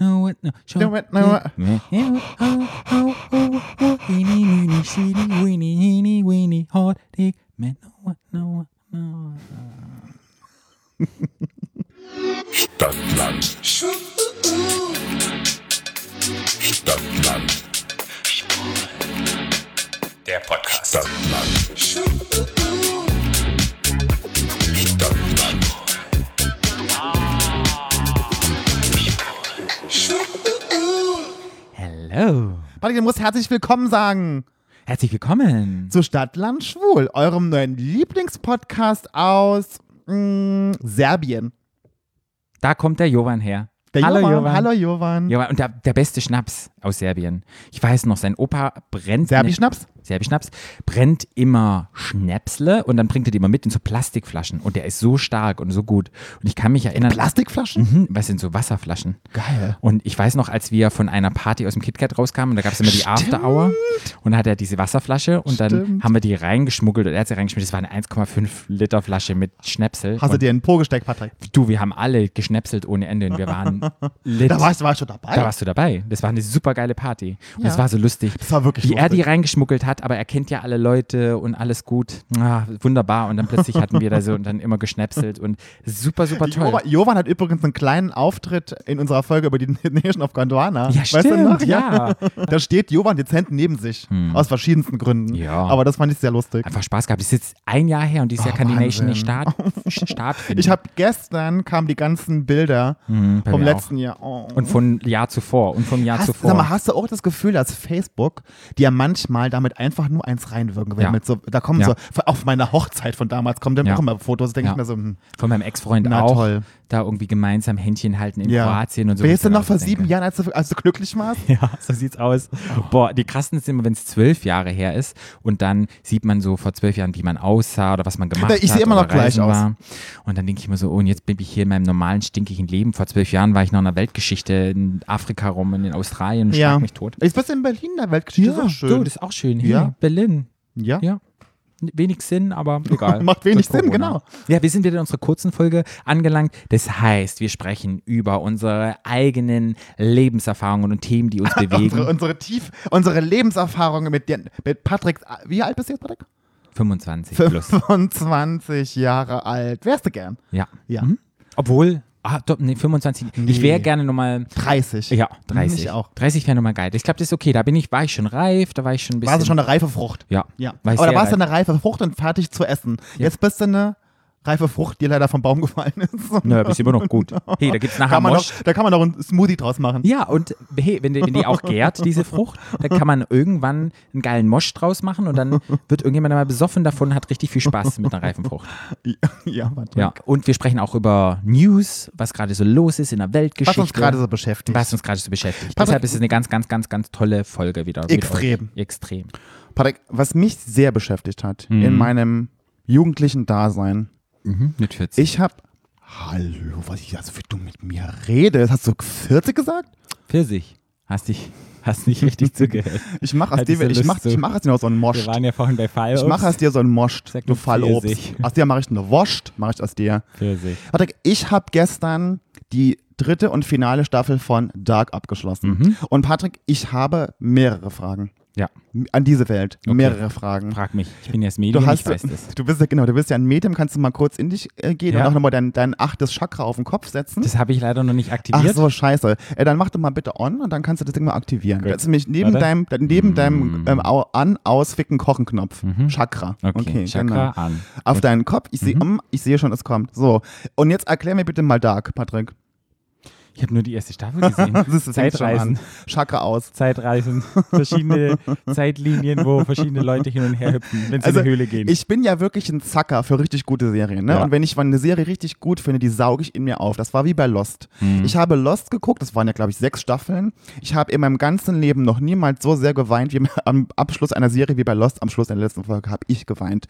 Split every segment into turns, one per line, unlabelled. no what no
No what, no what.
oh oh oh oh weenie weenie sheenie weenie heenie weenie hard dick man no what no what no what.
Stadtland. Stadtland.
Der Podcast.
Stadtland. Stadtland.
hello
Patrick, du musst herzlich willkommen sagen
herzlich willkommen
zu Stadtland Schwul, eurem neuen Lieblingspodcast aus mh, Serbien.
da kommt der Jovan her hallo Jovan
Hallo Jovan.
Jovan und der, der beste Schnaps aus Serbien ich weiß noch sein Opa brennt
Serbischnaps?
Serbischnaps, brennt immer Schnäpsle und dann bringt er die immer mit in so Plastikflaschen. Und der ist so stark und so gut. Und ich kann mich erinnern.
Plastikflaschen?
Mhm, was sind so Wasserflaschen?
Geil.
Und ich weiß noch, als wir von einer Party aus dem KitKat rauskamen und da gab es immer die After Hour und da hat er diese Wasserflasche und dann
Stimmt.
haben wir die reingeschmuggelt und er hat sie reingeschmissen. Das war eine 1,5 Liter Flasche mit Schnäpsel.
Hast du
und
dir in den Po gesteckt, Patrick?
du, wir haben alle geschnäpselt ohne Ende und wir waren lit.
Da warst du warst schon dabei.
Da warst du dabei. Das war eine super geile Party. Und es war so lustig.
Das war wirklich
Wie er
lustig.
die reingeschmuggelt hat, aber er kennt ja alle Leute und alles gut. Ah, wunderbar. Und dann plötzlich hatten wir da so und dann immer geschnäpselt und super, super toll.
Jovan, Jovan hat übrigens einen kleinen Auftritt in unserer Folge über die Nation of Gondwana.
Ja,
Weißt du noch?
stimmt, ja. Hm.
Da steht Jovan dezent neben sich. Aus verschiedensten Gründen.
Ja.
Aber das fand ich sehr lustig.
Einfach Spaß gehabt. Es ist jetzt ein Jahr her und dieses Jahr kann die Nation
Ah, Wahnsinn.
nicht start, stattfinden.
Ich habe gestern kamen die ganzen Bilder
Mhm, bei
vom
mir auch.
letzten Jahr. Oh.
und von Jahr zuvor und vom Jahr
hast,
zuvor.
Sag mal, hast du auch das Gefühl, dass Facebook dir manchmal damit einfach nur eins reinwirken will?
Ja.
Mit so, da kommen
Ja.
so, auf meiner Hochzeit von damals kommen dann
Ja.
auch immer Fotos, denke
Ja.
ich mir so, hm,
von meinem Ex-Freund
Na
auch.
toll.
Da irgendwie gemeinsam Händchen halten in
ja.
Kroatien und so.
Weißt du noch vor
Ich denke.
sieben Oh. Jahren, als du, als du glücklich warst?
Ja, so sieht's aus. Boah, die krassen sind immer, wenn es zwölf Jahre her ist und dann sieht man so vor zwölf Jahren, wie man aussah oder was man gemacht hat.
Ich seh immer noch
oder Reisen
gleich aus.
War. Und dann denke ich immer so, oh, und jetzt bin ich hier in meinem normalen, stinkigen Leben. Vor zwölf Jahren war ich noch in der Weltgeschichte in Afrika rum und in Australien und schlag mich tot.
Jetzt bist du in Berlin, der Weltgeschichte ist auch schön.
Du, das ist auch schön. Hey,
Ja.
Berlin.
ja.
Ja. Wenig Sinn, aber egal.
Macht
Durch
wenig Sinn,
Corona.
genau.
Ja, wir sind wieder in unserer kurzen Folge angelangt. Das heißt, wir sprechen über unsere eigenen Lebenserfahrungen und Themen, die uns
Unsere,
bewegen.
unsere tief, unsere Lebenserfahrungen mit, den, mit Patrick. Wie alt bist du jetzt, Patrick?
25 plus.
25 Jahre alt. Wärst du gern?
Ja.
Ja.
Mhm. Obwohl, ah, doch, nee, 25. Ich
Nee.
wäre gerne nochmal.
30.
Ja, 30.
Ich auch.
30 wäre nochmal geil. Ich glaube, das ist okay. Da bin ich, war ich schon reif, da war ich schon ein bisschen.
Warst du schon eine reife Frucht?
Ja.
Ja.
War ich
Aber da
sehr
warst du
reif.
eine reife Frucht und fertig zu essen. Jetzt bist du eine reife Frucht, die leider vom Baum gefallen ist.
Nö, bist immer noch gut. Hey, da gibt's nachher
kann man noch,
Mosch.
da kann man noch einen Smoothie draus machen.
Ja, und hey, wenn die, wenn die auch gärt, diese Frucht, dann kann man irgendwann einen geilen Mosch draus machen und dann wird irgendjemand mal besoffen davon und hat richtig viel Spaß mit einer reifen Frucht.
Ja, Patrick.
Ja, und wir sprechen auch über News, was gerade so los ist in der Weltgeschichte.
Was uns gerade so beschäftigt.
was uns gerade so beschäftigt.
Patrick-
Deshalb ist es eine ganz, ganz, ganz, ganz tolle Folge wieder. mit euch.
Extrem.
Extrem.
Patrick, was mich sehr beschäftigt hat
Mhm.
in meinem jugendlichen Dasein, Mhm.
Mit 40.
Ich hab. Hallo, was ich also wie du mit mir redest. Hast du 40 gesagt?
Pfirsich. Hast dich, hast nicht richtig zugehört.
Ich mach aus
Hättest
dem,
du
ich
Lust
mach,
zu.
ich mach aus dir noch so einen Moscht.
Halt Wir waren ja vorhin bei Fall.
Ich mach aus dir so einen Moscht,
Sag
du
nur
Fallobst.
Pfirsich.
Aus dir mache ich eine Woscht, mache ich aus dir.
Pfirsich.
Patrick, ich habe gestern die dritte und finale Staffel von Dark abgeschlossen.
Mhm.
Und Patrick, ich habe mehrere Fragen
Ja,
an diese Welt. Mehrere Fragen.
frag mich. Ich bin ja das Medium,
Du hast,
ich weiß das.
du bist ja genau, du bist ja ein Medium, kannst du mal kurz in dich äh, gehen
Ja.
und auch nochmal dein, dein achtes Chakra auf den Kopf setzen.
Das habe ich leider noch nicht
Ach
aktiviert.
so, scheiße. Äh, dann mach doch mal bitte on und dann kannst du das Ding mal aktivieren.
Gut.
Das ist nämlich neben
Warte. Mm.
deinem, da- neben deinem ähm, Au- an, aus, ficken, kochen Knopf. Chakra.
Mhm. Okay, Chakra
genau.
Mhm. an.
Auf deinen Kopf. Ich sehe mm, ich sehe schon, es kommt. So. Und jetzt erklär mir bitte mal Dark, Patrick.
Ich habe nur die erste Staffel gesehen.
das fängt schon an. Chakra aus.
Zeitreisen, verschiedene Zeitlinien, wo verschiedene Leute hin und her hüpfen, wenn sie in die Höhle gehen.
Also ich bin ja wirklich ein Zacker für richtig gute Serien. Ne?
Ja.
Und wenn ich mal eine Serie richtig gut finde, die sauge ich in mir auf. Das war wie bei Lost.
Mhm.
Ich habe Lost geguckt, das waren ja, glaube ich, sechs Staffeln. Ich habe in meinem ganzen Leben noch niemals so sehr geweint wie am Abschluss einer Serie wie bei Lost. Am Schluss der letzten Folge habe ich geweint.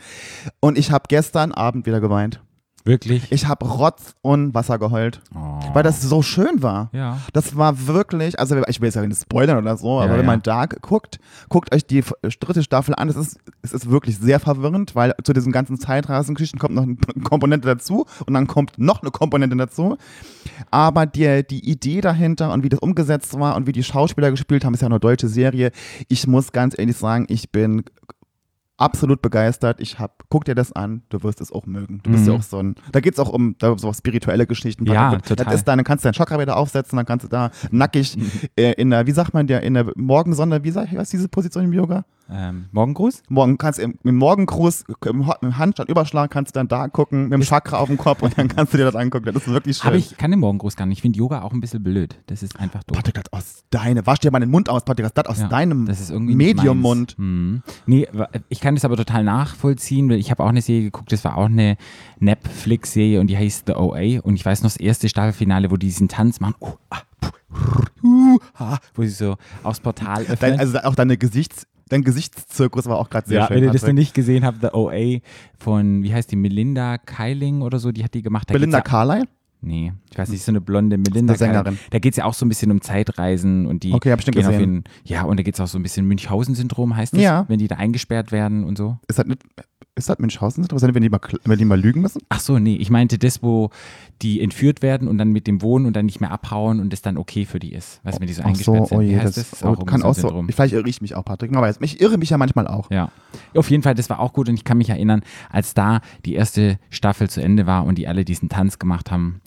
Und ich habe gestern Abend wieder geweint.
Wirklich?
Ich habe Rotz und Wasser geheult,
Oh.
weil das so schön war.
Ja.
Das war wirklich, also ich will jetzt ja nicht spoilern oder so, aber
Ja,
wenn
ja.
man Dark guckt, guckt euch die f- dritte Staffel an. Es ist, es ist wirklich sehr verwirrend, weil zu diesen ganzen Zeitrasengeschichten kommt noch eine Komponente dazu und dann kommt noch eine Komponente dazu. Aber die, die Idee dahinter und wie das umgesetzt war und wie die Schauspieler gespielt haben, ist ja eine deutsche Serie. Ich muss ganz ehrlich sagen, ich bin absolut begeistert. Ich hab, guck dir das an, du wirst es auch mögen. Du bist
Mhm.
ja auch so ein, da geht's auch um da, so spirituelle Geschichten.
Ja,
das
total.
Ist dann, dann kannst du deinen Chakra wieder aufsetzen, dann kannst du da nackig äh, in der, wie sagt man, der, in der Morgensonne, wie sagt, was ist diese Position im Yoga?
Ähm, Morgengruß?
Morgen kannst du im, im Morgengruß, im, Ho- im Handstand überschlagen, kannst du dann da gucken, mit dem Chakra auf dem Kopf und dann kannst du dir das angucken. Das ist wirklich schön.
Aber ich kann den Morgengruß gar nicht. Ich finde Yoga auch ein bisschen blöd. Das ist einfach doof.
Patrick, das aus deinem, wasch dir mal den Mund aus, Patrick, das aus
Ja,
deinem
das ist irgendwie nicht
Medium-Mund.
meins. Mhm. Nee, wa- ich kann das aber total nachvollziehen, weil ich habe auch eine Serie geguckt, das war auch eine Netflix-Serie und die heißt The OA und ich weiß noch das erste Staffelfinale, wo die diesen Tanz machen, uh, ah, puh, uh, ah, wo sie so aufs Portal öffnen.
Dein, also auch deine Gesichts, dein Gesichtszirkus war auch gerade sehr
ja,
schön.
wenn ihr das noch
Patrick.
nicht gesehen habt, The OA von, wie heißt die, Melinda Keiling oder so, die hat die gemacht. Da
Belinda
geht's ja,
Carlyle?
Nee, ich weiß nicht, so eine blonde Melinda.
Das ist eine Sängerin.
Da geht es ja auch so ein bisschen um Zeitreisen und die.
Okay, hab ich schon
gehen auf
gesehen.
jeden- Ja, und da geht es auch so ein bisschen Münchhausen-Syndrom, heißt das?
Ja.
Wenn die da eingesperrt werden und so.
Ist das nicht, ist das Münchhausen? Ist das nicht, wenn die mal, kl- wenn die mal lügen müssen?
Ach so, nee, ich meinte das, wo die entführt werden und dann mit dem wohnen und dann nicht mehr abhauen und das dann okay für die ist. Weißt du, wenn die so
Ach
eingesperrt sind.
oh je,
Wie heißt
das,
das? Ist um
oh, kann auch so.
Syndrom.
Vielleicht irre ich mich auch, Patrick. Man weiß, ich irre mich ja manchmal auch.
Ja. Auf jeden Fall, das war auch gut und ich kann mich erinnern, als da die erste Staffel zu Ende war und die alle diesen Tanz gemacht haben.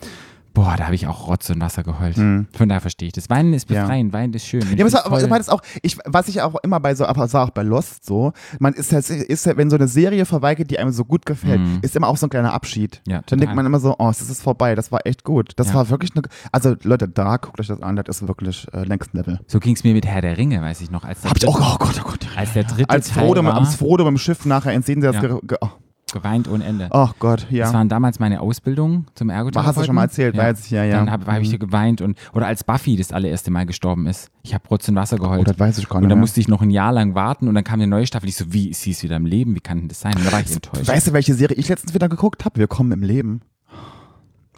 Boah, da habe ich auch Rotz und Wasser geheult. Von daher verstehe ich das. Weinen ist
Mhm. Ja.
befreiend, Weinen ist schön.
Ja, aber es- aber aber das ist auch, ich, was ich auch immer bei so, aber es war auch bei Lost so, man ist ja, ist ja, wenn so eine Serie verweigert, die einem so gut gefällt, ist immer auch so ein kleiner Abschied.
Mhm. Ja,
Dann denkt
total.
man immer so, oh, es ist vorbei, das war echt gut. Das
Ja.
war wirklich eine, also Leute, da guckt euch das an, das ist wirklich äh, längsten Level.
so ging es mir mit Herr der Ringe, weiß ich noch. Als der
Hab ich
dritte-
auch, oh Gott, oh Gott.
Als der dritte
Als
Teil
Frodo,
war,
als Frodo mit dem Schiff nachher entziehen, sie das
Ja.
ge- ge- oh,
geweint ohne Ende.
oh Gott, ja.
Das waren damals meine Ausbildungen zum Ergotherapeuten.
Hast du schon mal erzählt, weiß ich, ja, Mhm. ja.
Dann habe hab ich geweint und, oder als Buffy das allererste Mal gestorben ist. Ich habe Rotz und Wasser geheult.
Oh, das weiß ich gar
Und
nicht
dann
mehr.
musste ich noch ein Jahr lang warten und dann kam eine neue Staffel. Ich so, wie, ist sie ist wieder im Leben? Wie kann denn das sein? Und da war ich enttäuscht.
Weißt du, welche Serie ich letztens wieder geguckt habe? Willkommen im Leben.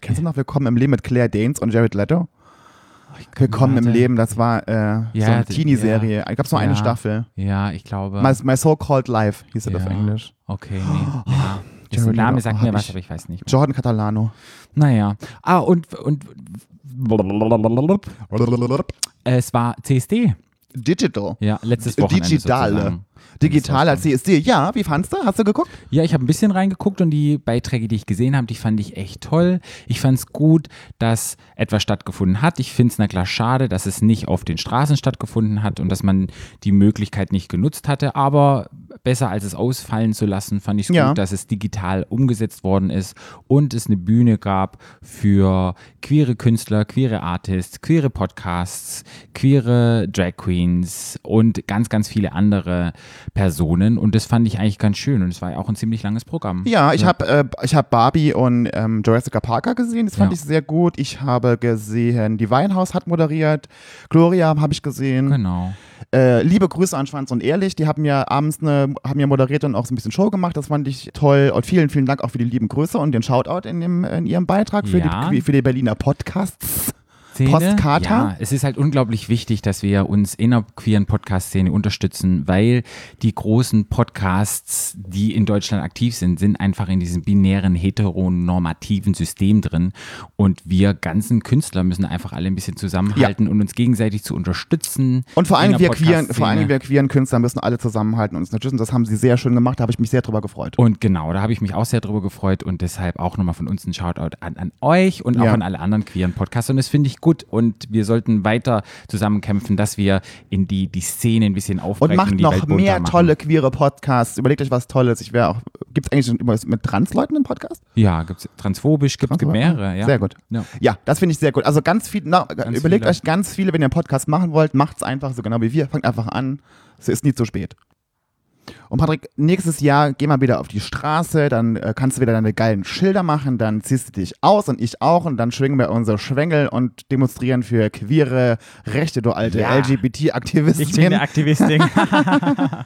Kennst du noch Willkommen im Leben mit Claire Danes und Jared Leto? Willkommen im
Oh, warte.
Leben, das war äh, so eine
die-
Teenie-Serie. Gab es nur eine
Ja.
Staffel.
Ja, ich glaube.
My, my So-Called Life hieß das
ja.
auf Englisch.
Okay, nee. Ja. Das
Jared
Name
Leto,
sagt
hab
mir was,
ich-
aber ich weiß nicht. Mehr.
Jordan Catalano.
Naja. Ah, und, und es war CSD.
Digital.
Ja, letztes Wochenende
Digitale.
sozusagen.
Digital als CSD. Ja, wie fandst du? Hast du geguckt?
Ja, ich habe ein bisschen reingeguckt und die Beiträge, die ich gesehen habe, die fand ich echt toll. Ich fand es gut, dass etwas stattgefunden hat. Ich finde es na klar schade, dass es nicht auf den Straßen stattgefunden hat und dass man die Möglichkeit nicht genutzt hatte. Aber besser als es ausfallen zu lassen, fand ich es
Ja.
gut, dass es digital umgesetzt worden ist und es eine Bühne gab für queere Künstler, queere Artists, queere Podcasts, queere Drag Queens und ganz, ganz viele andere Personen. Und das fand ich eigentlich ganz schön. Und es war ja auch ein ziemlich langes Programm.
Ja, ich habe äh, ich hab Barbie und ähm, Jurassic Parker gesehen. Das fand
Ja.
ich sehr gut. Ich habe gesehen, die Weinhaus hat moderiert. Gloria habe ich gesehen.
Genau.
Äh, liebe Grüße an Schwanz und Ehrlich. Die haben ja abends eine, haben ja moderiert und auch so ein bisschen Show gemacht. Das fand ich toll. Und vielen, vielen Dank auch für die lieben Grüße und den Shoutout in, dem, in ihrem Beitrag für,
Ja.
die, für die Berliner Podcasts.
Szene.
Postkarte?
Ja, es ist halt unglaublich wichtig, dass wir uns in der queeren Podcast-Szene unterstützen, weil die großen Podcasts, die in Deutschland aktiv sind, sind einfach in diesem binären, heteronormativen System drin. Und wir ganzen Künstler müssen einfach alle ein bisschen zusammenhalten und uns gegenseitig zu unterstützen.
Und vor
in
allem,
der
wir queeren, vor
Podcast-Szene.
allem wir queeren Künstler müssen alle zusammenhalten und uns unterstützen. Das haben sie sehr schön gemacht. Da habe ich mich sehr drüber gefreut.
Und genau, da habe ich mich auch sehr drüber gefreut und deshalb auch nochmal von uns ein Shoutout an, an euch und auch
Ja.
an alle anderen queeren Podcasts. Und das finde ich gut und wir sollten weiter zusammenkämpfen, dass wir in die, die Szene ein bisschen aufbrechen.
Und macht
die
noch
Welt bunter
mehr
machen.
tolle queere Podcasts. Überlegt euch was Tolles. Ich wäre auch. Gibt es eigentlich schon immer was mit Transleuten einen Podcast?
Ja, gibt's transphobisch, gibt's
Transleuten?
mehrere. Ja.
Sehr gut.
Ja.
Ja, das finde ich sehr gut. Also ganz viel, na, überlegt
viele.
euch ganz viele, wenn ihr einen Podcast machen wollt, macht's einfach so genau wie wir. Fangt einfach an. Es ist nie zu spät. Und Patrick, nächstes Jahr geh mal wieder auf die Straße, dann äh, kannst du wieder deine geilen Schilder machen, dann ziehst du dich aus und ich auch und dann schwingen wir unsere Schwengel und demonstrieren für queere Rechte, du alte
Ja.
LGBT-Aktivistin.
Ich bin eine Aktivistin.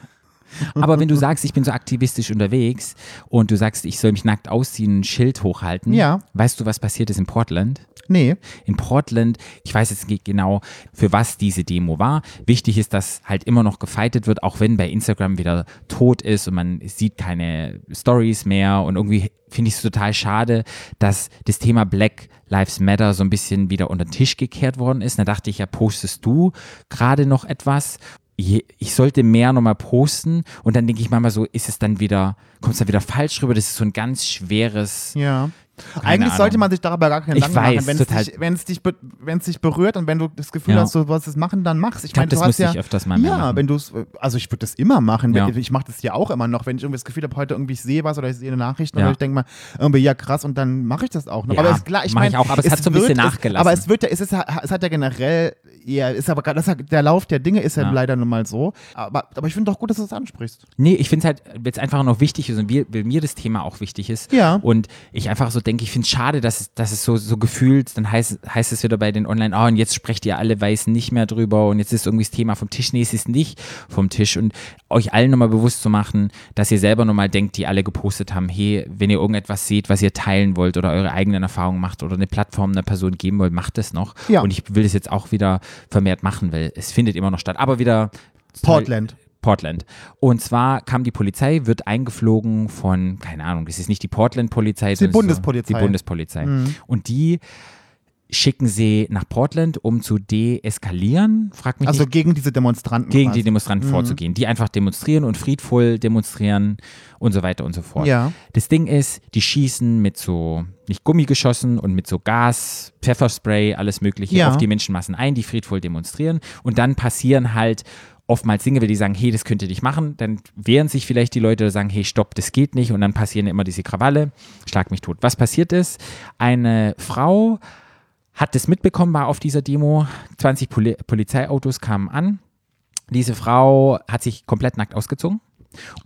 Aber wenn du sagst, ich bin so aktivistisch unterwegs und du sagst, ich soll mich nackt ausziehen, ein Schild hochhalten,
Ja.
weißt du, was passiert ist in Portland?
Nee.
in Portland. Ich weiß jetzt nicht genau, für was diese Demo war. Wichtig ist, dass halt immer noch gefeitet wird, auch wenn bei Instagram wieder tot ist und man sieht keine Stories mehr. Und irgendwie finde ich es total schade, dass das Thema Black Lives Matter so ein bisschen wieder unter den Tisch gekehrt worden ist. Da dachte ich ja, postest du gerade noch etwas? Je- Ich sollte mehr nochmal posten und dann denke ich manchmal so, ist es dann wieder, kommt es dann wieder falsch rüber? Das ist so ein ganz schweres,
Ja. Eigentlich
Ahnung.
sollte man sich darüber gar keine
Ich
Gedanken
weiß,
machen, wenn es,
total.
dich, wenn, es dich be- wenn es dich berührt und wenn du das Gefühl
Ja.
hast, du wolltest es machen, dann mach's. Ich
glaub,
meine, du
das
hast
müsste
ja,
ich öfters mal mehr
Ja,
machen.
wenn du es, also ich würde das immer machen.
Ja.
Wenn- Ich mache das ja auch immer noch, wenn ich irgendwie das Gefühl habe, heute irgendwie ich sehe was oder ich sehe eine Nachricht
Ja.
oder ich denke mal, irgendwie ja krass und dann mache ich das auch. Noch.
Ja,
aber ist klar, ich
mach ich
meine,
auch, aber es hat so ein
wird-
bisschen
es-
nachgelassen.
Aber es wird ja, es ist, ja- es hat ja generell, ja, ist aber gerade- das hat- der Lauf der Dinge ist ja,
Ja.
leider nun mal so. Aber, aber ich finde doch gut, dass du es ansprichst.
Nee, ich finde es halt jetzt einfach noch wichtig ist und wir, weil mir das Thema auch wichtig ist.
Ja.
Und ich einfach so denke, ich finde es schade, dass, es- dass es so, so gefühlt, dann heißt, heißt es wieder bei den Online, ah, und jetzt sprecht ihr alle Weißen nicht mehr drüber und jetzt ist irgendwie das Thema vom Tisch. Nee, es ist nicht vom Tisch. Und euch allen nochmal bewusst zu machen, dass ihr selber nochmal denkt, die alle gepostet haben, hey, wenn ihr irgendetwas seht, was ihr teilen wollt oder eure eigenen Erfahrungen macht oder eine Plattform einer Person geben wollt, macht es noch.
Ja.
Und ich will das jetzt auch wieder vermehrt machen, weil es findet immer noch statt. Aber wieder
Portland.
Portland. Und zwar kam die Polizei, wird eingeflogen von, keine Ahnung, das ist nicht die Portland-Polizei, sondern es ist
Bundespolizei.
So, die Bundespolizei. Mhm. Und die schicken sie nach Portland, um zu deeskalieren, frag mich
Also
nicht,
gegen diese Demonstranten.
gegen
quasi. Mhm.
die Demonstranten vorzugehen, die einfach demonstrieren und friedvoll demonstrieren und so weiter und so fort.
Ja.
Das Ding ist, die schießen mit so, nicht Gummigeschossen und mit so Gas, Pfefferspray, alles Mögliche
Ja.
auf die Menschenmassen ein, die friedvoll demonstrieren. Und dann passieren halt oftmals Dinge, weil die sagen, hey, das könnt ihr nicht machen. Dann wehren sich vielleicht die Leute sagen, hey, stopp, das geht nicht. Und dann passieren immer diese Krawalle, schlag mich tot. Was passiert ist? Eine Frau hat das mitbekommen, war auf dieser Demo. 20 Poli Polizeiautos kamen an. Diese Frau hat sich komplett nackt ausgezogen.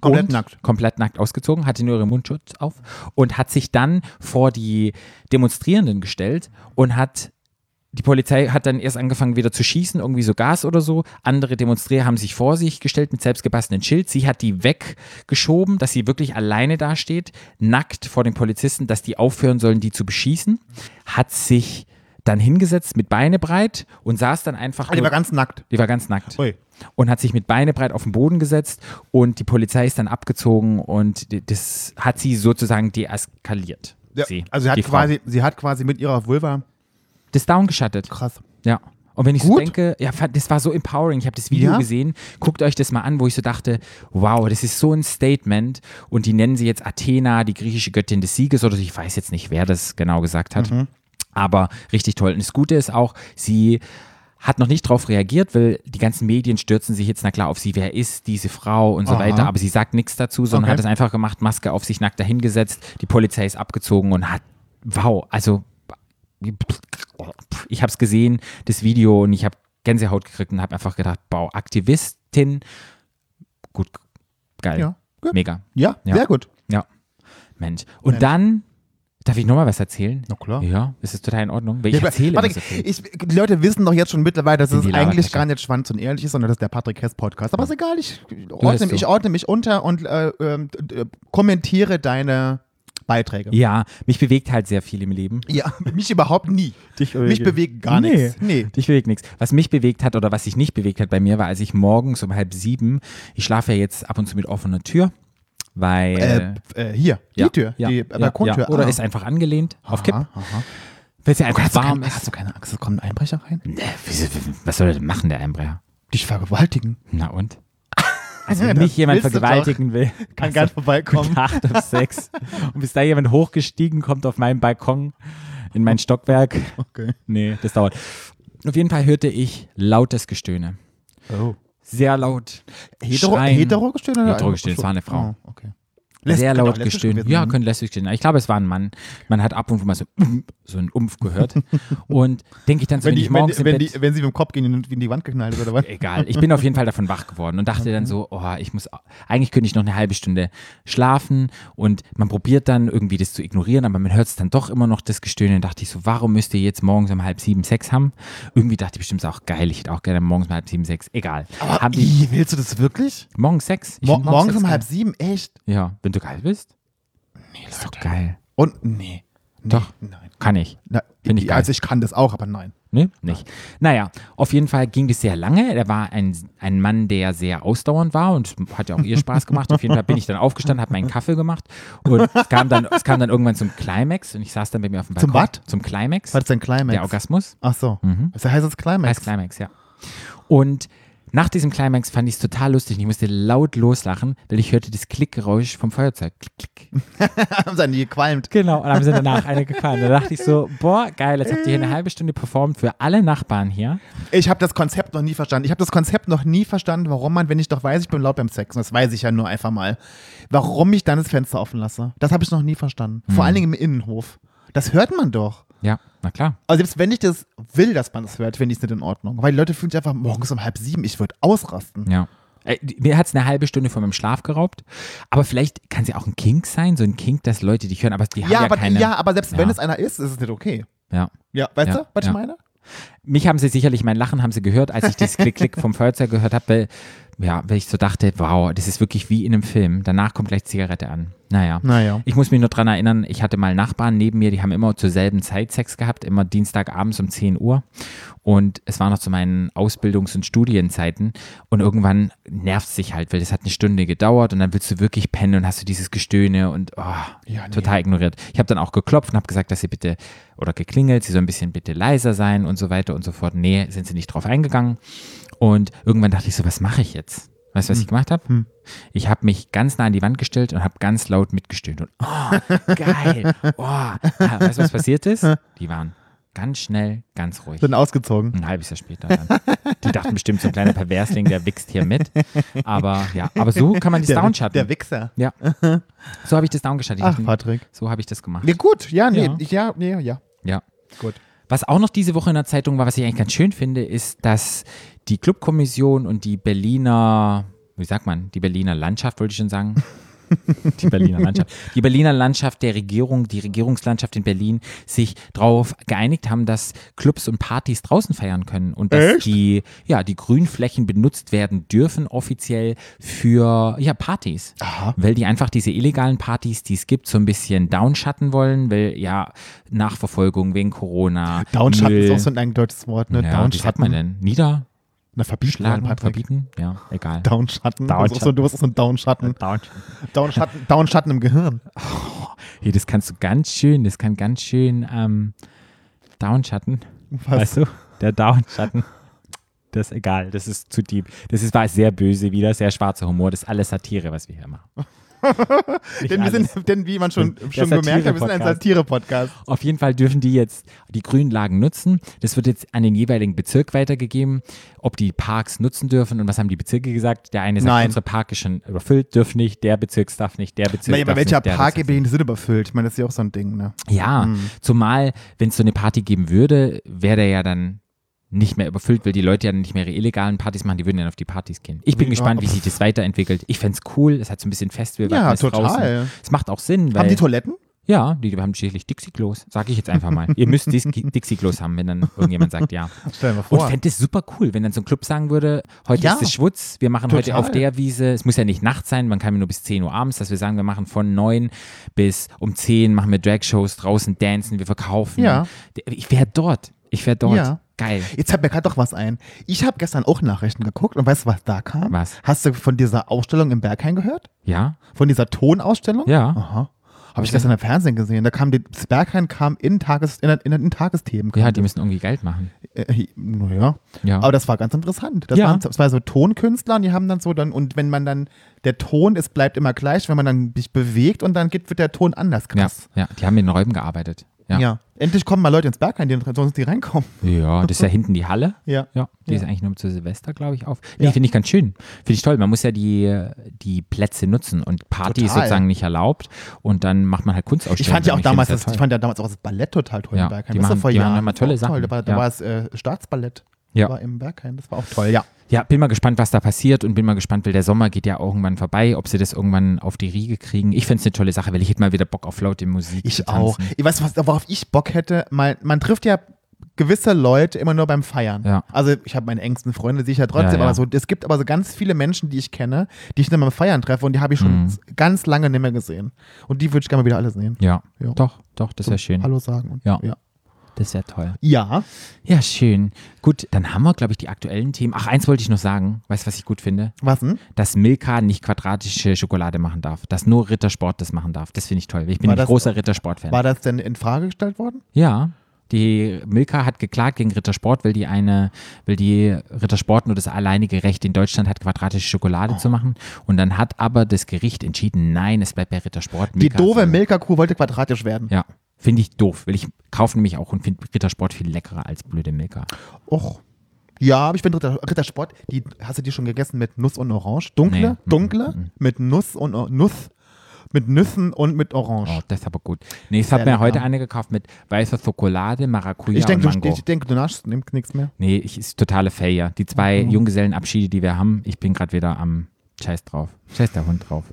Komplett
und
nackt.
Komplett nackt ausgezogen, hatte nur ihren Mundschutz auf und hat sich dann vor die Demonstrierenden gestellt und hat die Polizei hat dann erst angefangen wieder zu schießen, irgendwie so Gas oder so. Andere Demonstrierer haben sich vor sich gestellt mit selbstgebastelten Schild. Sie hat die weggeschoben, dass sie wirklich alleine dasteht, nackt vor den Polizisten, dass die aufhören sollen, die zu beschießen. Hat sich dann hingesetzt mit Beine breit und saß dann einfach.
Ah, die
nur-
war ganz nackt.
die war ganz nackt
Ui.
und hat sich mit Beine breit auf den Boden gesetzt und die Polizei ist dann abgezogen und d- das hat sie sozusagen deeskaliert.
Ja,
Sie,
also sie hat,
die Frau.
quasi, sie hat quasi mit ihrer Vulva
das downgeschattet.
krass.
Ja. Und wenn ich so
Gut.
denke, ja, fand- das war so empowering. Ich habe das Video
Ja.
gesehen. Guckt euch das mal an, wo ich so dachte, wow, das ist so ein Statement. Und die nennen sie jetzt Athena, die griechische Göttin des Sieges, oder so. ich weiß jetzt nicht, wer das genau gesagt hat.
Mhm.
Aber richtig toll. Und das Gute ist auch, sie hat noch nicht darauf reagiert, weil die ganzen Medien stürzen sich jetzt, na klar, auf sie, wer ist diese Frau und so
Aha.
weiter. Aber sie sagt nichts dazu, sondern
Okay.
hat es einfach gemacht, Maske auf sich nackt dahingesetzt. Die Polizei ist abgezogen und hat, wow, also ich habe es gesehen, das Video, und ich habe Gänsehaut gekriegt und habe einfach gedacht, wow, Aktivistin, gut, geil,
Ja, gut.
mega,
Ja,
Ja.
sehr gut.
ja, Mensch. Und dann, darf ich nochmal was erzählen?
Na klar.
Ja, das ist total in Ordnung, weil ich erzähle immer so
Patrick,
viel.
ich, die Leute wissen doch jetzt schon mittlerweile, dass
Sind
es
die
eigentlich
Labertasche.
gar nicht schwanz und ehrlich ist, sondern das ist der Patrick Hess Podcast. Aber ist egal, ich
hast
ordne,
du.
mich, ich ordne mich unter und äh, ähm, d- d- kommentiere deine Beiträge.
Ja, mich bewegt halt sehr viel im Leben.
Ja, mich überhaupt nie. mich bewegt gar
Nee.
nichts. Nee.
Dich bewegt nichts. Was mich bewegt hat oder was sich nicht bewegt hat bei mir, war, als ich morgens um halb sieben, ich schlafe ja jetzt ab und zu mit offener Tür, weil...
Äh, äh, hier, die
ja,
Tür,
ja,
die
ja,
äh, Balkontür.
Ja. Oder
Ah.
ist einfach angelehnt auf Kipp,
Aha, aha.
weil es ja einfach
Hast, du
warm
keine,
ist.
hast du keine Angst, es kommen Einbrecher rein?
Nee, wieso- Was soll er denn machen, der Einbrecher?
Dich vergewaltigen.
Na und? Also
Ja,
wenn
das
mich jemand
willst du
vergewaltigen will,
Kann gar nicht vorbeikommen.
um acht auf sechs. Und bis da jemand hochgestiegen kommt auf meinen Balkon in mein Stockwerk.
Okay.
Nee, das dauert. Auf jeden Fall hörte ich lautes Gestöhne.
Oh.
Sehr laut.
Hetero,
Schreien.
hetero gestöhnt? oder-
Hetero gestöhnt, es war eine Frau.
Oh, okay. Lesben
sehr
kann auch
laut
lesbisch
gestöhnt.
gewesen
Ja,
sein.
können lesbisch gestöhnt. Ich glaube, es war ein Mann. Man hat ab und zu mal so, so einen Umf gehört. Und denke ich dann so, wenn,
Wenn, die,
ich
wenn,
morgens
die-
im
wenn,
Bett,
die, wenn sie mit dem Kopf gegen die- gegen die Wand geknallt ist oder was?
egal. Ich bin auf jeden Fall davon wach geworden und dachte dann so, oh, ich muss, eigentlich könnte ich noch eine halbe Stunde schlafen und man probiert dann irgendwie das zu ignorieren, aber man hört es dann doch immer noch das Gestöhnen. Dann dachte ich so, warum müsst ihr jetzt morgens um halb sieben Sex haben? Irgendwie dachte ich bestimmt ist auch geil, ich hätte auch gerne morgens um halb sieben Sex. Egal. Haben die
Ih, willst du das wirklich?
morgens Sex? Ich
Mo
find
morgens
Sex
um
geil.
halb sieben, echt?
Ja, wenn du geil bist. Nee, ist doch geil.
Und nee. nee
Doch.
Nein.
Kann ich.
Na,
Find ich geil.
also ich kann das auch, aber nein.
Ne? Nicht. Naja, auf jeden Fall ging das sehr lange. Er war ein, ein Mann, der sehr ausdauernd war und hat ja auch ihr Spaß gemacht. Auf jeden Fall bin ich dann aufgestanden, habe meinen Kaffee gemacht und es kam, dann, es kam dann irgendwann zum Climax und ich saß dann bei mir auf dem Balkon.
Zum wat?
Zum Climax.
Was ist denn Climax?
Der Orgasmus.
Ach so. Was heißt das
oh
Climax?
Mhm. Heißt Climax, ja. Und nach diesem Climax fand ich es total lustig und ich musste laut loslachen, weil ich hörte das Klickgeräusch vom Feuerzeug. Klick, klick.
Haben sie an die gequalmt?
Genau, und haben sie danach eine gefahren. Da dachte ich so, boah, geil, jetzt habt ihr hier eine halbe Stunde performt für alle Nachbarn hier.
Ich habe das Konzept noch nie verstanden. Ich habe das Konzept noch nie verstanden, warum man, wenn ich doch weiß, ich bin laut beim Sex, und das weiß ich ja nur einfach mal, warum ich dann das Fenster offen lasse. Das habe ich noch nie verstanden.
Hm.
Vor allen Dingen im Innenhof. Das hört man doch.
Ja, na klar.
Also selbst wenn ich das will, dass man das hört, finde ich es nicht in Ordnung. Weil die Leute fühlen sich einfach morgens um halb sieben, ich würde ausrasten.
Ja. Äh, Mir hat es eine halbe Stunde von meinem Schlaf geraubt. Aber vielleicht kann es ja auch ein Kink sein, so ein Kink, dass Leute dich hören, aber die haben ja,
aber,
keine.
ja aber selbst
Ja.
wenn es einer ist, ist es nicht okay.
ja.
Ja, weißt
Ja,
du, was
ja.
ich meine?
Mich haben sie sicherlich, mein Lachen haben sie gehört, als ich dieses Klick-Klick vom Feuerzeug gehört habe, weil, ja, weil ich so dachte, wow, das ist wirklich wie in einem Film. Danach kommt gleich Zigarette an. Naja.
Naja.
Ich muss mich nur dran erinnern, ich hatte mal Nachbarn neben mir, die haben immer zur selben Zeit Sex gehabt, immer Dienstagabends um 10 Uhr. Und es war noch zu meinen Ausbildungs- und Studienzeiten. Und irgendwann nervt es sich halt, weil das hat eine Stunde gedauert und dann willst du wirklich pennen und hast du dieses Gestöhne und oh,
Ja, nee.
total ignoriert. Ich habe dann auch geklopft und habe gesagt, dass sie bitte oder geklingelt, sie soll ein bisschen bitte leiser sein und so weiter und so fort. Nee, sind sie nicht drauf eingegangen. Und irgendwann dachte ich so, was mache ich jetzt? Weißt du,
Hm.
was ich gemacht habe? Ich habe mich ganz nah an die Wand gestellt und habe ganz laut mitgestöhnt. Und oh, geil. Oh. Ah, Weißt du, was passiert ist? Die waren ganz schnell, ganz ruhig.
Bin ausgezogen.
Ein halbes Jahr später dann. Die dachten bestimmt, so ein kleiner Perversling, der wächst hier mit. Aber ja, aber so kann man das
Der,
downshutten.
der Wichser.
ja. So habe ich das downgeschaltet.
Ach, Patrick.
So habe ich das gemacht.
Ja, gut, ja, nee,
Ja.
ich- ja, nee, ja.
Ja.
Gut.
Was auch noch diese Woche in der Zeitung war, was ich eigentlich ganz schön finde, ist, dass die Clubkommission und die Berliner, wie sagt man, die Berliner Landschaft, wollte ich schon sagen. Die Berliner Landschaft. Die Berliner Landschaft der Regierung, die Regierungslandschaft in Berlin, sich darauf geeinigt haben, dass Clubs und Partys draußen feiern können und dass
Echt?
die, ja, die Grünflächen benutzt werden dürfen offiziell für ja, Partys.
Aha.
Weil die einfach diese illegalen Partys, die es gibt, so ein bisschen downschatten wollen, weil ja Nachverfolgung wegen Corona.
Downschatten
Müll.
ist auch so ein deutsches Wort, ne?
ja, Wie
Downschatten.
sagt man denn? Niederschlagen,
Na, verbieten, wir, Patrick.
verbieten? Ja, egal. Downschatten.
Downschatten. Das ist auch so- Du hast auch so einen Downschatten.
Downschatten.
Downschatten, Downschatten im Gehirn.
Hey, das kannst du ganz schön, das kann ganz schön ähm, Downschatten.
Was?
Weißt du? Der Downschatten. Das ist egal, das ist zu deep. Das ist, war sehr böse wieder, sehr schwarzer Humor. Das ist alles Satire, was wir hier machen. Nicht
Denn, wir
alles.
sind, denn wie man schon,
Der
schon gemerkt hat, wir sind ein
Satire-Podcast.
Satire-Podcast.
Auf jeden Fall dürfen die jetzt die Grünlagen nutzen. Das wird jetzt an den jeweiligen Bezirk weitergegeben, ob die Parks nutzen dürfen. Und was haben die Bezirke gesagt? Der eine sagt,
Nein.
unser Park ist schon überfüllt, dürfen nicht, der Bezirk darf nicht, der Bezirk
Naja,
darf
aber welcher
nicht. der
Park
Bezirk-
in Berlin sind überfüllt? Ich meine, das ist ja auch so ein Ding, ne?
Ja, zumal, wenn es so eine Party geben würde, wäre der ja dann nicht mehr überfüllt, weil die Leute ja nicht mehr ihre illegalen Partys machen, die würden dann auf die Partys gehen. Ich bin
Ja,
gespannt, wie
pf.
sich das weiterentwickelt. Ich fänd's cool, es hat so ein bisschen Festival.
Ja,
ist draußen.
total.
Es macht auch Sinn, weil
Haben die Toiletten?
ja, die haben schließlich Dixie-Klos, sag ich jetzt einfach mal. Ihr müsst Dis- Dixie-Klos haben, wenn dann irgendjemand sagt ja.
Stell dir mal
Und
vor.
fände es super cool, wenn dann so ein Club sagen würde, heute
Ja.
ist es Schwutz, wir machen heute
Total.
auf der Wiese, es muss ja nicht Nacht sein, man kann ja nur bis 10 Uhr abends, dass wir sagen, wir machen von 9 bis um 10 machen wir Drag-Shows, draußen dancen, wir verkaufen.
Ja.
Ich wäre dort, ich wäre dort.
Ja.
Geil.
Jetzt fällt mir gerade doch was ein. Ich habe gestern auch Nachrichten geguckt und weißt du, was da kam?
Was?
Hast du von dieser Ausstellung im Berghain gehört?
Ja?
Von dieser Tonausstellung?
Ja.
Aha. Habe ich gestern im Fernsehen gesehen. Da kam die, das Berghain kam in, Tages, in, in, in Tagesthemen.
Ja, die müssen irgendwie Geld machen.
Äh, naja.
Ja.
Aber das war ganz interessant. Das,
Ja.
waren, das war so Tonkünstler und die haben dann so dann, und wenn man dann, der Ton ist, bleibt immer gleich, wenn man dann sich bewegt und dann geht, wird der Ton anders.
Ja,
Krass.
ja, die haben in den Räumen gearbeitet. Ja. ja.
Ja. Endlich kommen mal Leute ins Berghain, die sonst nicht reinkommen.
das ist ja hinten die Halle.
Ja.
Ja, die
Ja.
ist eigentlich nur zu Silvester, glaube ich, auf. Nee,
Ja.
finde ich ganz schön. Finde ich toll. Man muss ja die, die Plätze nutzen und Party ist
Total.
sozusagen nicht erlaubt und dann macht man halt Kunstausstellungen.
Ich fand ja auch
finde
damals,
das
das,
sehr
ich
toll.
fand ja damals auch das Ballett total toll
Ja,
im Berghain.
die
das war
machen-
vor
die
Jahren.
machen immer tolle
Das war auch
Sachen.
Toll. Da war, da
Ja.
war das äh, Staatsballett.
Ja.
War im Berghain. Das war auch toll, ja.
ja, bin mal gespannt, was da passiert und bin mal gespannt, weil der Sommer geht ja irgendwann vorbei, ob sie das irgendwann auf die Riege kriegen. Ich fände es eine tolle Sache, weil ich hätte mal wieder Bock auf laute Musik. zu
Ich
tanzen.
auch. Ich weiß, was, worauf ich Bock hätte. Man, man trifft ja gewisse Leute immer nur beim Feiern.
Ja.
Also ich habe meine engsten Freunde sicher trotzdem,
Ja, ja.
aber so, es gibt aber so ganz viele Menschen, die ich kenne, die ich nur beim Feiern treffe und die habe ich
Mhm.
schon ganz lange nicht mehr gesehen. Und die würde ich gerne mal wieder alle sehen.
Ja,
Ja.
doch, doch, das wäre schön.
Hallo sagen. Und,
Ja.
ja.
Das wäre toll.
Ja.
Ja, schön. Gut, dann haben wir, glaube ich, die aktuellen Themen. Ach, eins wollte ich noch sagen. Weißt du, was ich gut finde?
Was denn?
dass Milka nicht quadratische Schokolade machen darf, dass nur Rittersport das machen darf. Das finde ich toll. Ich bin
War
ein
das-
großer Rittersport-Fan.
War das denn in Frage gestellt worden?
Ja. Die Milka hat geklagt gegen Rittersport, weil die eine, weil die Rittersport nur das alleinige Recht in Deutschland hat, quadratische Schokolade
Oh.
zu machen. Und dann hat aber das Gericht entschieden, nein, es bleibt bei Rittersport.
Die
Milka
doofe
soll-
Milka-Kuh wollte quadratisch werden.
Ja. Finde ich doof, weil ich kaufe nämlich auch und finde Rittersport viel leckerer als blöde Milka.
Och. Ja, aber ich bin Ritter, Rittersport. Die, hast du die schon gegessen mit Nuss und Orange? Dunkle,
Nee. Mhm,
dunkle, mit Nuss und O- Nuss, mit Nüssen und mit Orange.
Oh, das ist aber gut. Nee, ich habe mir
lecker.
heute eine gekauft mit weißer Schokolade, Maracuja
ich denke,
und
du,
Mango.
ich denk, du naschst, nimmst nichts mehr.
Nee, ich ist totale Failure. Die zwei Junggesellenabschiede, die wir haben, ich bin gerade wieder am Scheiß drauf. Scheiß der Hund drauf.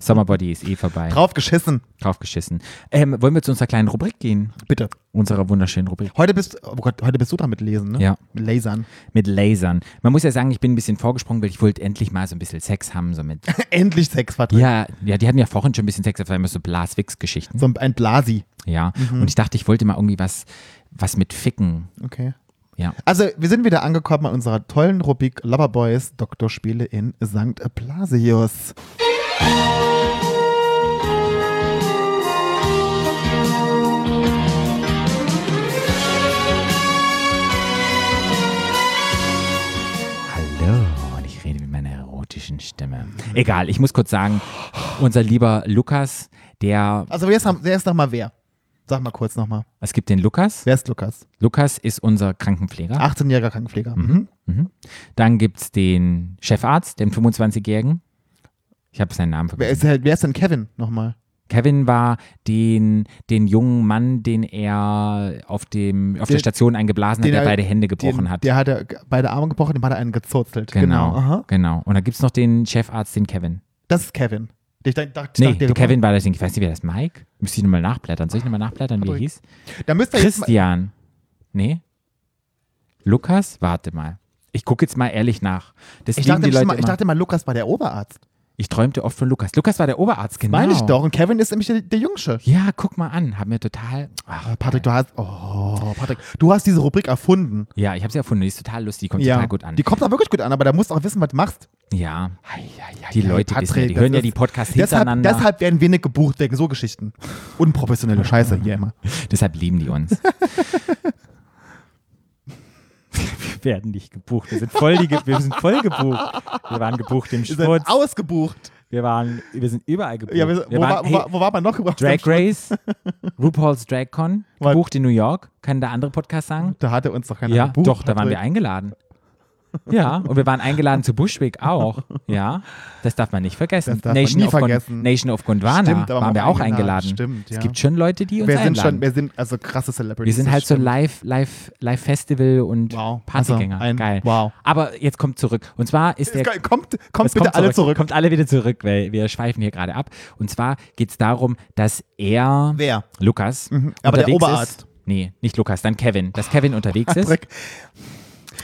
Summerbody ist eh vorbei.
Drauf geschissen,
Draufgeschissen. Ähm, wollen wir zu unserer kleinen Rubrik gehen?
bitte.
Unserer wunderschönen Rubrik.
Heute bist, oh Gott, heute bist du dran mit Lesen, ne?
Ja.
Mit Lasern.
Mit Lasern. Man muss ja sagen, ich bin ein bisschen vorgesprungen, weil ich wollte endlich mal so ein bisschen Sex haben. So mit,
Endlich Sexvertrag.
ja, ja, die hatten ja vorhin schon ein bisschen Sex, das waren immer so Blas-Wix-Geschichten.
So ein Blasi.
Ja. Und ich dachte, ich wollte mal irgendwie was, was mit Ficken.
Okay.
Ja.
Also, wir sind wieder angekommen an unserer tollen Rubrik Loverboys Doktorspiele in St. Blasius.
Hallo, und ich rede mit meiner erotischen Stimme. Egal, ich muss kurz sagen, unser lieber Lukas, der,
Also, wer ist, wer ist nochmal wer? Sag mal kurz nochmal.
es gibt den Lukas.
Wer ist Lukas?
Lukas ist unser Krankenpfleger.
18-jähriger Krankenpfleger.
Mhm. Dann gibt es den Chefarzt, den 25-Jährigen. Ich habe seinen Namen
Wer
vergessen.
ist, halt, wer ist denn Kevin nochmal?
Kevin war den, den jungen Mann, den er auf, dem, auf der
Den-
Station eingeblasen hat,
den
der
er-
beide Hände gebrochen
Den,
hat.
Der hat ja beide Arme gebrochen, dem hat er einen gezurzelt.
genau, genau.
Aha.
Und dann gibt es noch den Chefarzt, den Kevin.
Das ist Kevin. Ich denk- dachte, ich
Nee,
dachte,
der Kevin war das, ich weiß nicht, wer das ist. Mike? Müsste ich nochmal nachblättern. Soll ich nochmal nachblättern, wie er
Patrick.
hieß?
Da müsst ihr jetzt mal,
Christian. Nee? Lukas? Warte mal. Ich gucke jetzt mal ehrlich nach. Das
ich,
lieben
dachte
die Leute
mal, ich
immer.
dachte mal, Lukas war der Oberarzt.
Ich träumte oft von Lukas. Lukas war der Oberarzt, genau.
Meine ich doch. Und Kevin ist nämlich der, der Jungsche.
Ja, guck mal an. Haben wir total.
Ah, Patrick, du hast. Oh, Patrick, du hast diese Rubrik erfunden.
Ja, ich habe sie erfunden. Die ist total lustig. Die kommt total gut an.
Die kommt da wirklich gut an, aber da musst du auch wissen, was du machst.
ja. Die Leute wissen ja, die
das
hören ja
ist-
die Podcasts
deshalb,
hintereinander.
deshalb werden wenig gebucht wegen so Geschichten. Unprofessionelle Scheiße hier immer.
Deshalb lieben die uns. wir werden nicht gebucht. Wir sind voll, die, wir sind voll gebucht. Wir waren gebucht im
Wir sind ausgebucht.
Wir, waren, wir sind überall gebucht.
Ja, wir,
waren-
wo, war, wo, war- wo war man noch gebucht?
Drag Race, RuPaul's Drag Con,
Was?
gebucht in New York. Kann da andere Podcast sagen?
Da hatte uns doch keiner
Ja,
gebucht.
doch, da waren
Patrick.
wir eingeladen. Ja, und wir waren eingeladen zu Bushwick auch. Ja, das darf man nicht vergessen.
Das darf man nie
of Gon-
vergessen.
Nation of Gondwana
Stimmt, aber
waren
man
wir
war
auch eingeladen.
eingeladen. Stimmt,
Es
ja.
gibt schon Leute, die uns
Wir sind
einladen.
schon, wir sind also krasse Celebrities.
wir sind
das
halt so
stimmt.
live, live, live Festival und
Wow.
Partygänger.
Also ein-
Geil.
wow.
Aber jetzt kommt zurück. Und zwar ist der
Ist geil. Kommt, kommt
es
bitte alle zurück.
Kommt alle wieder zurück, weil wir schweifen hier gerade ab. Und zwar geht es darum, dass er.
Wer?
Lukas.
Mhm. aber der
unterwegs
Oberarzt.
Ist, nee, nicht Lukas, dann Kevin. Dass Kevin unterwegs ist.
Patrick.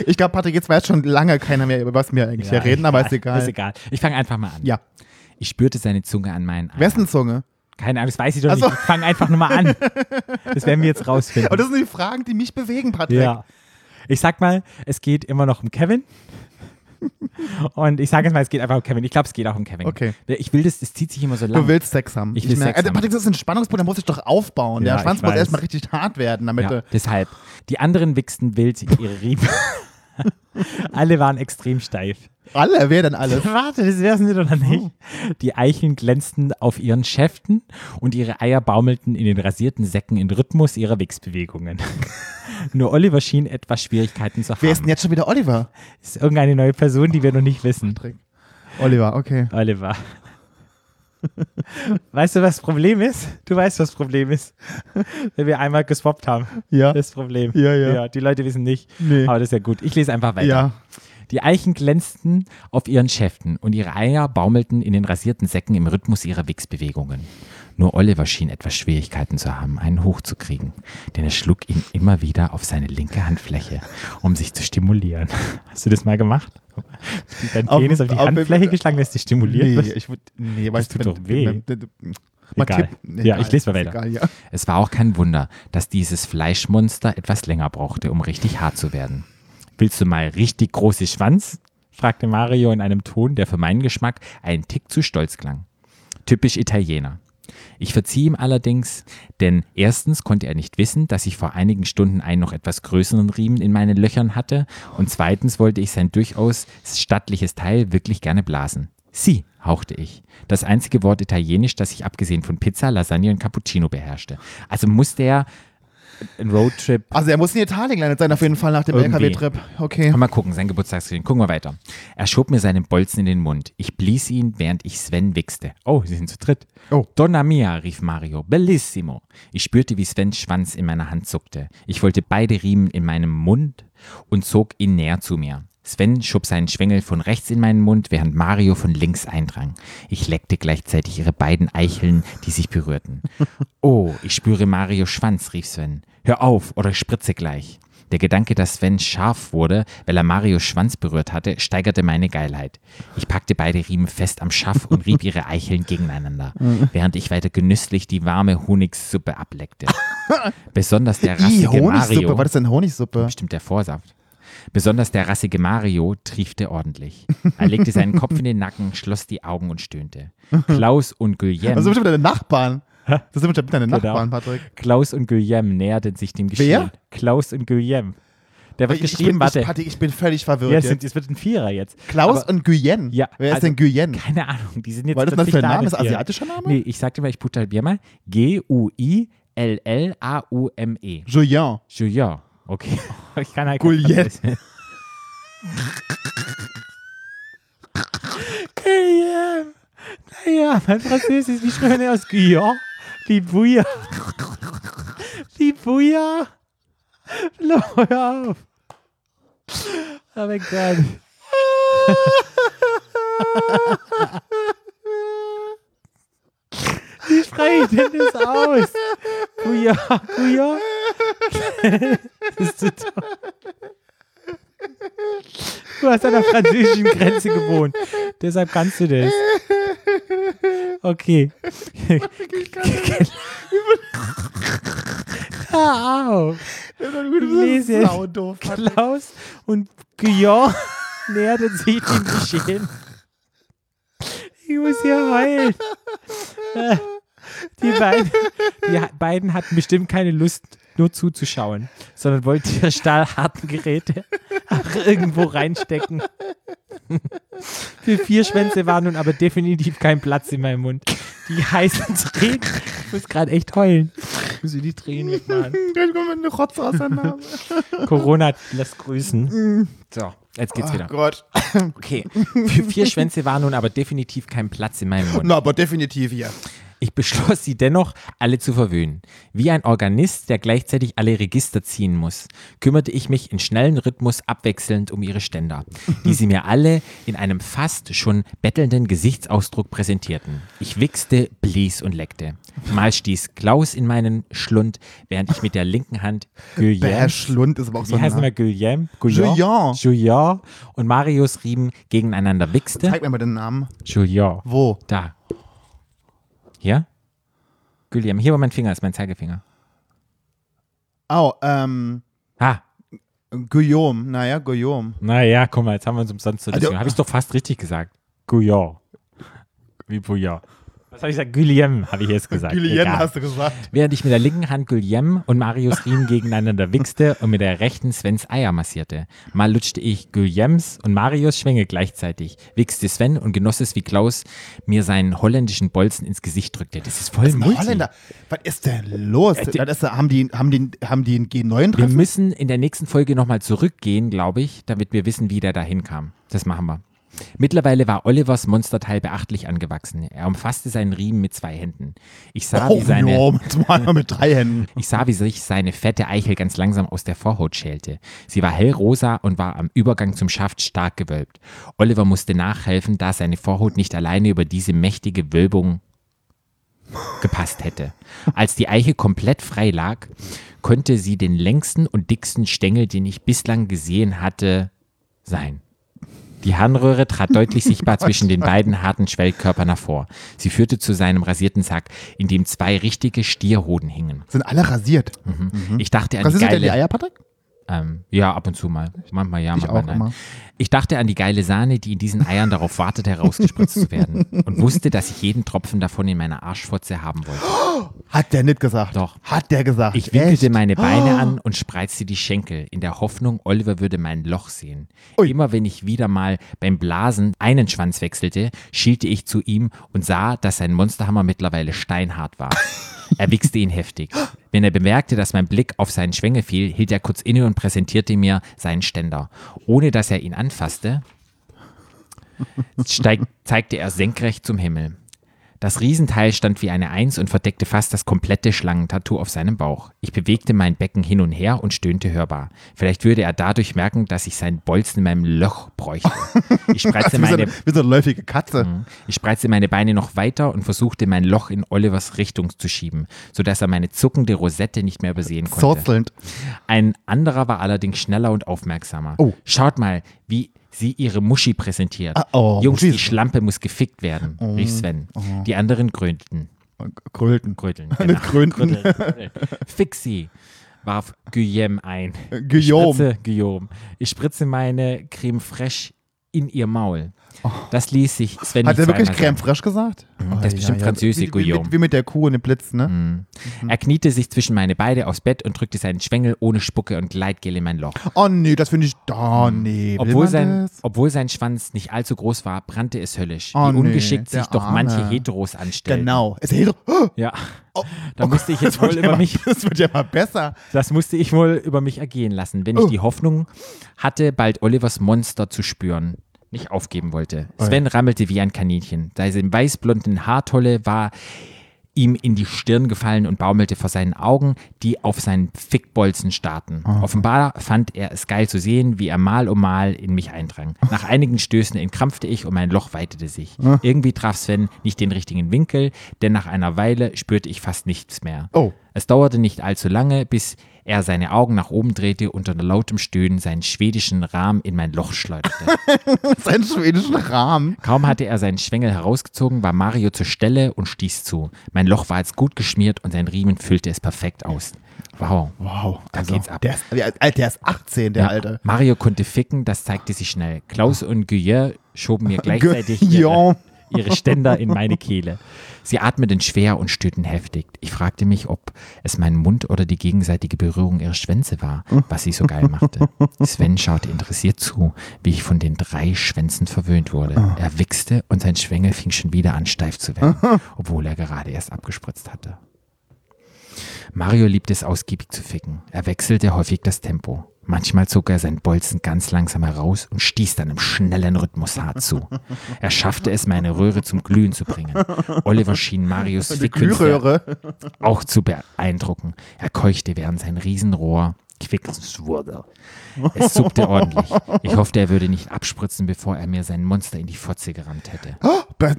Ich glaube, Patrick, jetzt weiß schon lange keiner mehr, über was wir eigentlich hier reden, aber ist egal.
Ist egal. Ich fange einfach mal an.
Ja.
Ich spürte seine Zunge an meinen Arm.
Wessen Zunge?
Keine Ahnung, das weiß ich doch
Ach so.
nicht. Ich fange einfach nur mal an. Das werden wir jetzt rausfinden.
Und das sind die Fragen, die mich bewegen, Patrick.
ja. Ich sag mal, es geht immer noch um Kevin. Und ich sage jetzt mal, es geht einfach um Kevin. Ich glaube, es geht auch um Kevin.
Okay.
Ich will das, es zieht sich immer so lang.
Du willst Sex haben.
Ich will
merk-
Sex
also,
haben.
Patrick, das ist ein Spannungspunkt, da muss ich doch aufbauen.
Ja,
der Schwanz
ich
muss
weiß.
erstmal richtig hart werden, damit
Ja,
du.
deshalb. Die anderen wichsten wild ihre Riemen.
Alle waren extrem steif.
Alle, wer denn alle?
Warte, das wär's nicht oder nicht? Die Eicheln glänzten auf ihren Schäften und ihre Eier baumelten in den rasierten Säcken in Rhythmus ihrer Wichsbewegungen. Nur Oliver schien etwas Schwierigkeiten zu haben.
Wer ist denn jetzt schon wieder Oliver?
Ist irgendeine neue Person, die wir noch nicht wissen.
Oliver, okay.
Oliver. Weißt du, was das Problem ist? Du weißt, was das Problem ist. Wenn wir einmal geswappt haben.
Ja.
Das ist das Problem.
Ja, ja.
Die Leute wissen nicht.
Nee.
Aber das ist ja gut. Ich lese einfach weiter.
Ja.
Die Eichen glänzten auf ihren Schäften und ihre Eier baumelten in den rasierten Säcken im Rhythmus ihrer Wichsbewegungen. Nur Oliver schien etwas Schwierigkeiten zu haben, einen hochzukriegen, denn er schlug ihn immer wieder auf seine linke Handfläche, um sich zu stimulieren. Hast du das mal gemacht? Dein
Auf-
Penis auf die
auf-
Handfläche geschlagen, dass dich stimuliert
Nee,
wird?
ich würde. Nee,
Das
weißt du,
tut doch
wenn-
weh.
wenn- wenn- Mal
Egal.
tippen.
Ja, ich lese mal
ist
weiter.
Egal, ja.
Es war auch kein Wunder, dass dieses Fleischmonster etwas länger brauchte, um richtig hart zu werden.
Willst du mal richtig große Schwanz? fragte Mario in einem Ton, der für meinen Geschmack einen Tick zu stolz klang.
Typisch Italiener. Ich verzieh ihm allerdings, denn erstens konnte er nicht wissen, dass ich vor einigen Stunden einen noch etwas größeren Riemen in meinen Löchern hatte und zweitens wollte ich sein durchaus stattliches Teil wirklich gerne blasen. Sie, hauchte ich. Das einzige Wort italienisch, das ich abgesehen von Pizza, Lasagne und Cappuccino beherrschte. Also musste er einen Roadtrip
Also, er muss in Italien gelandet sein, auf jeden Fall nach dem
Irgendwie.
LKW-Trip. Okay.
Mal gucken, sein Geburtstagsgeschenk. Gucken wir weiter. Er schob mir seinen Bolzen in den Mund. Ich blies ihn, während ich Sven wichste. Oh, sie sind zu dritt.
Oh.
Donna mia, rief Mario. Bellissimo. Ich spürte, wie Svens Schwanz in meiner Hand zuckte. Ich wollte beide Riemen in meinem Mund und zog ihn näher zu mir. Sven schob seinen Schwengel von rechts in meinen Mund, während Mario von links eindrang. Ich leckte gleichzeitig ihre beiden Eicheln, die sich berührten. Oh, ich spüre Marios Schwanz, rief Sven. Hör auf oder ich spritze gleich. Der Gedanke, dass Sven scharf wurde, weil er Marios Schwanz berührt hatte, steigerte meine Geilheit. Ich packte beide Riemen fest am Schaft und rieb ihre Eicheln gegeneinander, während ich weiter genüsslich die warme Honigsuppe ableckte. Besonders der
I,
rassige
Honigsuppe.
Mario.
Was ist denn Honigsuppe?
Bestimmt der Vorsaft. Besonders der rassige Mario triefte ordentlich. Er legte seinen Kopf in den Nacken, schloss die Augen und stöhnte. Klaus und Guillem.
Das sind bestimmt deine Nachbarn. Das sind bestimmt deine
Genau.
Nachbarn, Patrick.
Klaus und Guillem näherten sich dem Geschehen.
Wer?
Klaus und Guillem. Der wird
ich
geschrieben,
bin, Ich,
warte.
Patrick, ich bin völlig verwirrt.
Ja, es,
jetzt.
sind, es wird ein Vierer jetzt.
Klaus
Aber
und Guyen.
Ja,
Wer ist
also-
denn Guyen?
keine Ahnung, die sind jetzt
Was ist denn das für
plötzlich
ein Name?
mit
Ist das
ihr.
asiatischer Name?
Nee, ich sag dir mal, ich buchstabiere mal. G-U-I-L-L-A-U-M-E.
Julien.
Julien. Okay. Ich kann halt
Guillem.
Guillem. Naja, mein Französisch ist wie schön aus Guillaume. Wie Bouillard. Wie Bouillard. Hör auf. Oh mein Gott. Wie spreche ich denn das aus? Bouillard, Bouillard. Das ist zu toll. Du hast an der französischen Grenze gewohnt. Deshalb kannst du das. Okay. Hör auf. Ich lese jetzt. Klaus und Guillaume näherten sich dem Geschehen. Ich muss hier heulen. Äh, Die beiden, die ha- beiden hatten bestimmt keine Lust, nur zuzuschauen, sondern wollten ihre stahlharten Geräte auch irgendwo reinstecken. Für vier Schwänze war nun aber definitiv kein Platz in meinem Mund. Die heißen Tränen. Ich muss gerade echt heulen. Ich muss mir die Tränen wegmachen.
Jetzt kommt eine Rotze aus seinem Namen.
Corona lässt grüßen. Ah.
so, jetzt geht's
Ach
wieder.
Gott.
Okay. Für vier Schwänze war nun aber definitiv kein Platz in meinem Mund.
Na, aber definitiv hier.
Ich beschloss sie dennoch, alle zu verwöhnen. Wie ein Organist, der gleichzeitig alle Register ziehen muss, kümmerte ich mich in schnellen Rhythmus abwechselnd um ihre Ständer, die sie mir alle in einem fast schon bettelnden Gesichtsausdruck präsentierten. Ich wichste, blies und leckte. Mal stieß Klaus in meinen Schlund, während ich mit der linken Hand
Bär
Guillaume
Schlund ist aber auch so
Wie
ein
heißt
Name.
nochmal Guillaume? Guillaume.
Julien.
Julien und Marius Riemen gegeneinander wichste.
Zeig mir mal den Namen.
Julien.
Wo?
Da. Hier? Guillaume. Hier war mein Finger, ist mein Zeigefinger.
Oh, ähm,
Ah,
Guillaume. Naja, Guillaume.
Naja, guck mal, jetzt haben wir uns umsonst zu
Also-
also, Habe ich doch fast richtig gesagt. Guillaume. Wie Bouillard.
Was habe ich gesagt? Guillem, habe ich jetzt gesagt.
Julien
Egal.
hast du gesagt.
Während ich mit der linken Hand Guillem und Marius Riem gegeneinander wichste und mit der rechten Svens Eier massierte. Mal lutschte ich Guillems und Marius Schwänge gleichzeitig, wichste Sven und genoss es, wie Klaus mir seinen holländischen Bolzen ins Gesicht drückte. Das ist voll
Das ist ein
Multi. Äh,
Holländer. Was ist denn los? Das ist, haben, die, haben, die, haben die einen
Wir
G9-Treffen?
müssen in der nächsten Folge nochmal zurückgehen, glaube ich, damit wir wissen, wie der dahin kam. Das machen wir. Mittlerweile war Olivers Monsterteil beachtlich angewachsen. Er umfasste seinen Riemen mit zwei Händen. Ich sah, wie seine,
Oh, ja, mit, mal mit drei Händen.
Ich sah, wie sich seine fette Eichel ganz langsam aus der Vorhaut schälte. Sie war hellrosa und war am Übergang zum Schaft stark gewölbt. Oliver musste nachhelfen, da seine Vorhaut nicht alleine über diese mächtige Wölbung gepasst hätte. Als die Eiche komplett frei lag, konnte sie den längsten und dicksten Stängel, den ich bislang gesehen hatte, sein. Die Harnröhre trat deutlich sichtbar zwischen den beiden harten Schwellkörpern hervor. Sie führte zu seinem rasierten Sack, in dem zwei richtige Stierhoden hingen.
Sind alle rasiert.
Ich dachte an die
Rasierst du Hm? denn die
geile.
Eier, Patrick?
Ähm, ja, ab und zu mal. Manchmal ja,
Ich
manchmal
auch
nein.
immer.
Ich dachte an die geile Sahne, die in diesen Eiern darauf wartet, herausgespritzt zu werden. Und wusste, dass ich jeden Tropfen davon in meiner Arschfotze haben wollte.
Hat der nicht gesagt.
Doch.
Hat der gesagt.
Ich winkelte
Echt?
meine Beine an und spreizte die Schenkel, in der Hoffnung, Oliver würde mein Loch sehen. Immer wenn ich wieder mal beim Blasen einen Schwanz wechselte, schielte ich zu ihm und sah, dass sein Monsterhammer mittlerweile steinhart war. Er wichste ihn heftig. Wenn er bemerkte, dass mein Blick auf seinen Schwänge fiel, hielt er kurz inne und präsentierte mir seinen Ständer. Ohne dass er ihn anfasste, steig, zeigte er senkrecht zum Himmel. Das Riesenteil stand wie eine Eins und verdeckte fast das komplette Schlangentattoo auf seinem Bauch. Ich bewegte mein Becken hin und her und stöhnte hörbar. Vielleicht würde er dadurch merken, dass ich seinen Bolzen in meinem Loch bräuchte. Ich spreizte,
Wie so,
meine, Mhm,
eine, wie so eine läufige Katze.
ich spreizte meine Beine noch weiter und versuchte, mein Loch in Olivers Richtung zu schieben, sodass er meine zuckende Rosette nicht mehr übersehen konnte.
Zurzelnd.
Ein anderer war allerdings schneller und aufmerksamer. Schaut mal, wie sie ihre Muschi präsentiert.
Oh. Ah, oh,
Jungs,
Muschi. Mhm. Oh.
die Schlampe muss gefickt werden, rief Sven. Die anderen grünten.
Krölten.
Gröteln.
Nicht gründen.
Gröteln. Fix sie, warf Guillaume ein.
Äh, Guillaume.
Ich spritze, Guillaume. Ich spritze meine Creme fraiche in ihr Maul. Das ließ sich Sven
Oh. Hat
äh, nicht
er wirklich
zweimal
Crème
sagen.
fraîche gesagt?
das ist bestimmt Französisch,
wie, wie,
Guillaume. Mhm.
mit- wie mit der Kuh und dem Blitz, ne?
Er kniete sich zwischen meine Beine aufs Bett und drückte seinen Schwengel ohne Spucke und Gleitgel in mein Loch.
Oh nee, das finde ich. Oh nee. will
Mhm. Obwohl
man
sein,
das?
obwohl sein Schwanz nicht allzu groß war, brannte es höllisch.
Oh,
wie
nee,
ungeschickt
der
sich doch manche
Arme.
Heteros anstellen.
Genau. Ist er oh,
Ja. Da musste ich jetzt wohl
ja
über
mal,
mich
Das wird ja mal besser.
Das musste ich wohl über mich ergehen lassen, wenn ich die Hoffnung hatte, bald Olivers Monster zu spüren. Nicht aufgeben wollte. Sven rammelte wie ein Kaninchen. Seine weißblonden Haartolle war ihm in die Stirn gefallen und baumelte vor seinen Augen, die auf seinen Fickbolzen starrten. Offenbar fand er es geil zu sehen, wie er mal um mal in mich eindrang. Nach einigen Stößen entkrampfte ich und mein Loch weitete sich. Irgendwie traf Sven nicht den richtigen Winkel, denn nach einer Weile spürte ich fast nichts mehr.
Oh.
Es dauerte nicht allzu lange, bis er seine Augen nach oben drehte und unter lautem Stöhnen seinen schwedischen Rahmen in mein Loch schleuderte.
Sein schwedischen Rahmen.
Kaum hatte er seinen Schwengel herausgezogen, war Mario zur Stelle und stieß zu. Mein Loch war jetzt gut geschmiert und sein Riemen füllte es perfekt aus. Wow.
Wow. also
Da geht's ab.
Der ist, der, der ist 18, der
Ja,
Alte.
Mario konnte ficken, das zeigte sich schnell. Klaus und Guyer schoben mir gleichzeitig ihre,
Guillaume.
ihre Ständer in meine Kehle. Sie atmeten schwer und stöhnten heftig. Ich fragte mich, ob es mein Mund oder die gegenseitige Berührung ihrer Schwänze war, was sie so geil machte. Sven schaute interessiert zu, wie ich von den drei Schwänzen verwöhnt wurde.
Ah.
Er wichste und sein Schwengel fing schon wieder an, steif zu werden, obwohl er gerade erst abgespritzt hatte. Mario liebte es ausgiebig zu ficken. Er wechselte häufig das Tempo. Manchmal zog er seinen Bolzen ganz langsam heraus und stieß dann im schnellen Rhythmus hart zu. Er schaffte es, meine Röhre zum Glühen zu bringen. Oliver schien Marius
Die
Fickkünste
Glühröhre.
auch zu beeindrucken. Er keuchte, während sein Riesenrohr quickens wurde. Es zuckte ordentlich. Ich hoffte, er würde nicht abspritzen, bevor er mir sein Monster in die Fotze gerammt hätte.
Be-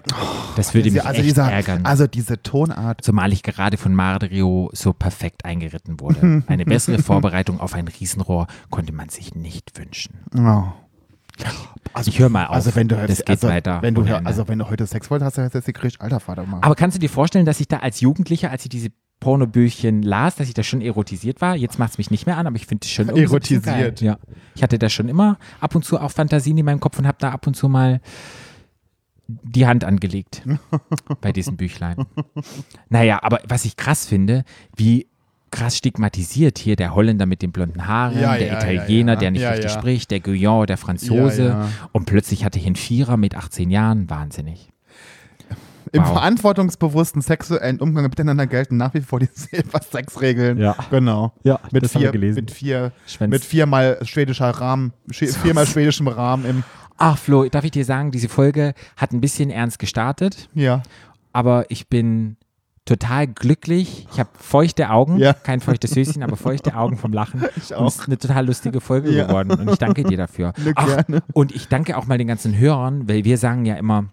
Das würde mich
oh, Diese- also,
echt ärgern
dieser, also diese Tonart.
zumal ich gerade von Mario so perfekt eingeritten wurde. Eine bessere Vorbereitung auf ein Riesenrohr konnte man sich nicht wünschen.
Oh. Also,
Ich hör mal auf.
Also wenn du,
Das geht
also,
weiter Oh,
Wenn du,
ohne Ende.
also wenn du heute Sex wollt, hast du jetzt gekriegt, alter Vater mal.
Aber kannst du dir vorstellen, dass ich da als Jugendlicher, als ich diese Pornobüchchen las, dass ich da schon erotisiert war? Jetzt macht es mich nicht mehr an, aber ich finde es schon irgendwie so ein bisschen
Erotisiert.
Geil. Ja. Ich hatte da schon immer ab und zu auch Fantasien in meinem Kopf und habe da ab und zu mal die Hand angelegt bei diesem Büchlein. Naja, aber was ich krass finde, wie krass stigmatisiert hier der Holländer mit den blonden Haaren,
Ja,
der
ja,
Italiener,
ja, ja.
der nicht
Ja,
richtig
ja.
spricht, der Guyon, der Franzose.
Ja, ja.
Und plötzlich hatte ich einen Vierer mit 18 Jahren. Wahnsinnig.
Im
Wow.
verantwortungsbewussten sexuellen Umgang miteinander gelten nach wie vor die Silber-Sex-Regeln.
Ja.
Genau.
Ja,
mit
das haben
vier,
wir gelesen.
Mit vier,
Schwänz.
mit viermal schwedischer Rahmen, schwe- viermal schwedischem Rahmen im,
Ach, Flo, darf ich dir sagen, diese Folge hat ein bisschen ernst gestartet,
ja.
aber ich bin total glücklich. Ich habe feuchte Augen,
Ja.
kein feuchtes Höschen, aber feuchte Augen vom Lachen.
Ich
Und es ist eine total lustige Folge
Ja.
geworden und ich danke dir dafür.
Ne,
Ach,
gerne.
und ich danke auch mal den ganzen Hörern, weil wir sagen ja immer,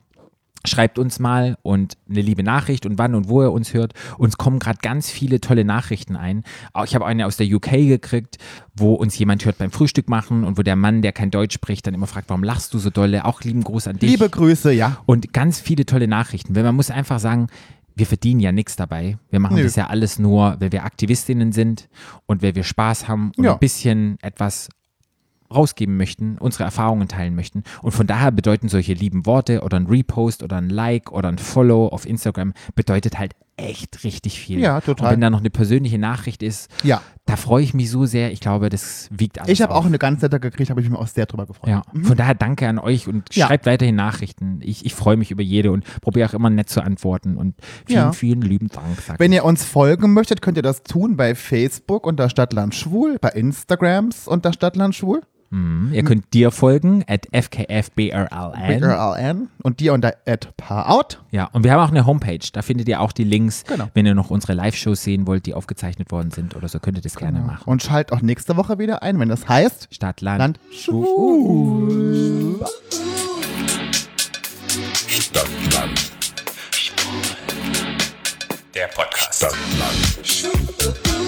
schreibt uns mal und eine liebe Nachricht und wann und wo ihr uns hört. Uns kommen gerade ganz viele tolle Nachrichten ein. Auch- Ich habe eine aus der UK gekriegt, wo uns jemand hört beim Frühstück machen und wo der Mann, der kein Deutsch spricht, dann immer fragt, warum lachst du so dolle? Auch lieben Gruß an dich.
Liebe Grüße, ja.
und ganz viele tolle Nachrichten, weil man muss einfach sagen, wir verdienen ja nichts dabei. Wir machen
Nö.
das ja alles nur, weil wir Aktivistinnen sind und weil wir Spaß haben und
Ja.
ein bisschen etwas rausgeben möchten, unsere Erfahrungen teilen möchten. Und von daher bedeuten solche lieben Worte oder ein Repost oder ein Like oder ein Follow auf Instagram bedeutet halt echt richtig viel.
Ja, total.
Und wenn da noch eine persönliche Nachricht ist,
Ja.
da freue ich mich so sehr. Ich glaube, das wiegt alles
Ich habe
auf.
auch eine ganz nette gekriegt, habe ich mich auch sehr drüber gefreut.
Ja, von daher danke an euch und
Mhm. Ja.
schreibt weiterhin Nachrichten. Ich, ich freue mich über jede und probiere auch immer nett zu antworten. Und vielen,
Ja.
vielen lieben Dank. Sag
Wenn
ich.
ihr uns folgen möchtet, könnt ihr das tun bei Facebook unter Stadtland Schwul, bei Instagrams unter Stadtland Schwul,
Mhm. ihr könnt dir folgen, at fkfbrln.
BRLN, und dir unter at Paarout.
Ja, und wir haben auch eine Homepage, da findet ihr auch die Links,
Genau.
wenn ihr noch unsere Live-Shows sehen wollt, die aufgezeichnet worden sind oder so, könnt ihr das
Genau.
gerne machen.
Und schalt auch nächste Woche wieder ein, wenn das heißt
Stadt, Land,
Land
Schwul.
Schwul.
Stadtland
Der Podcast.
Stadtland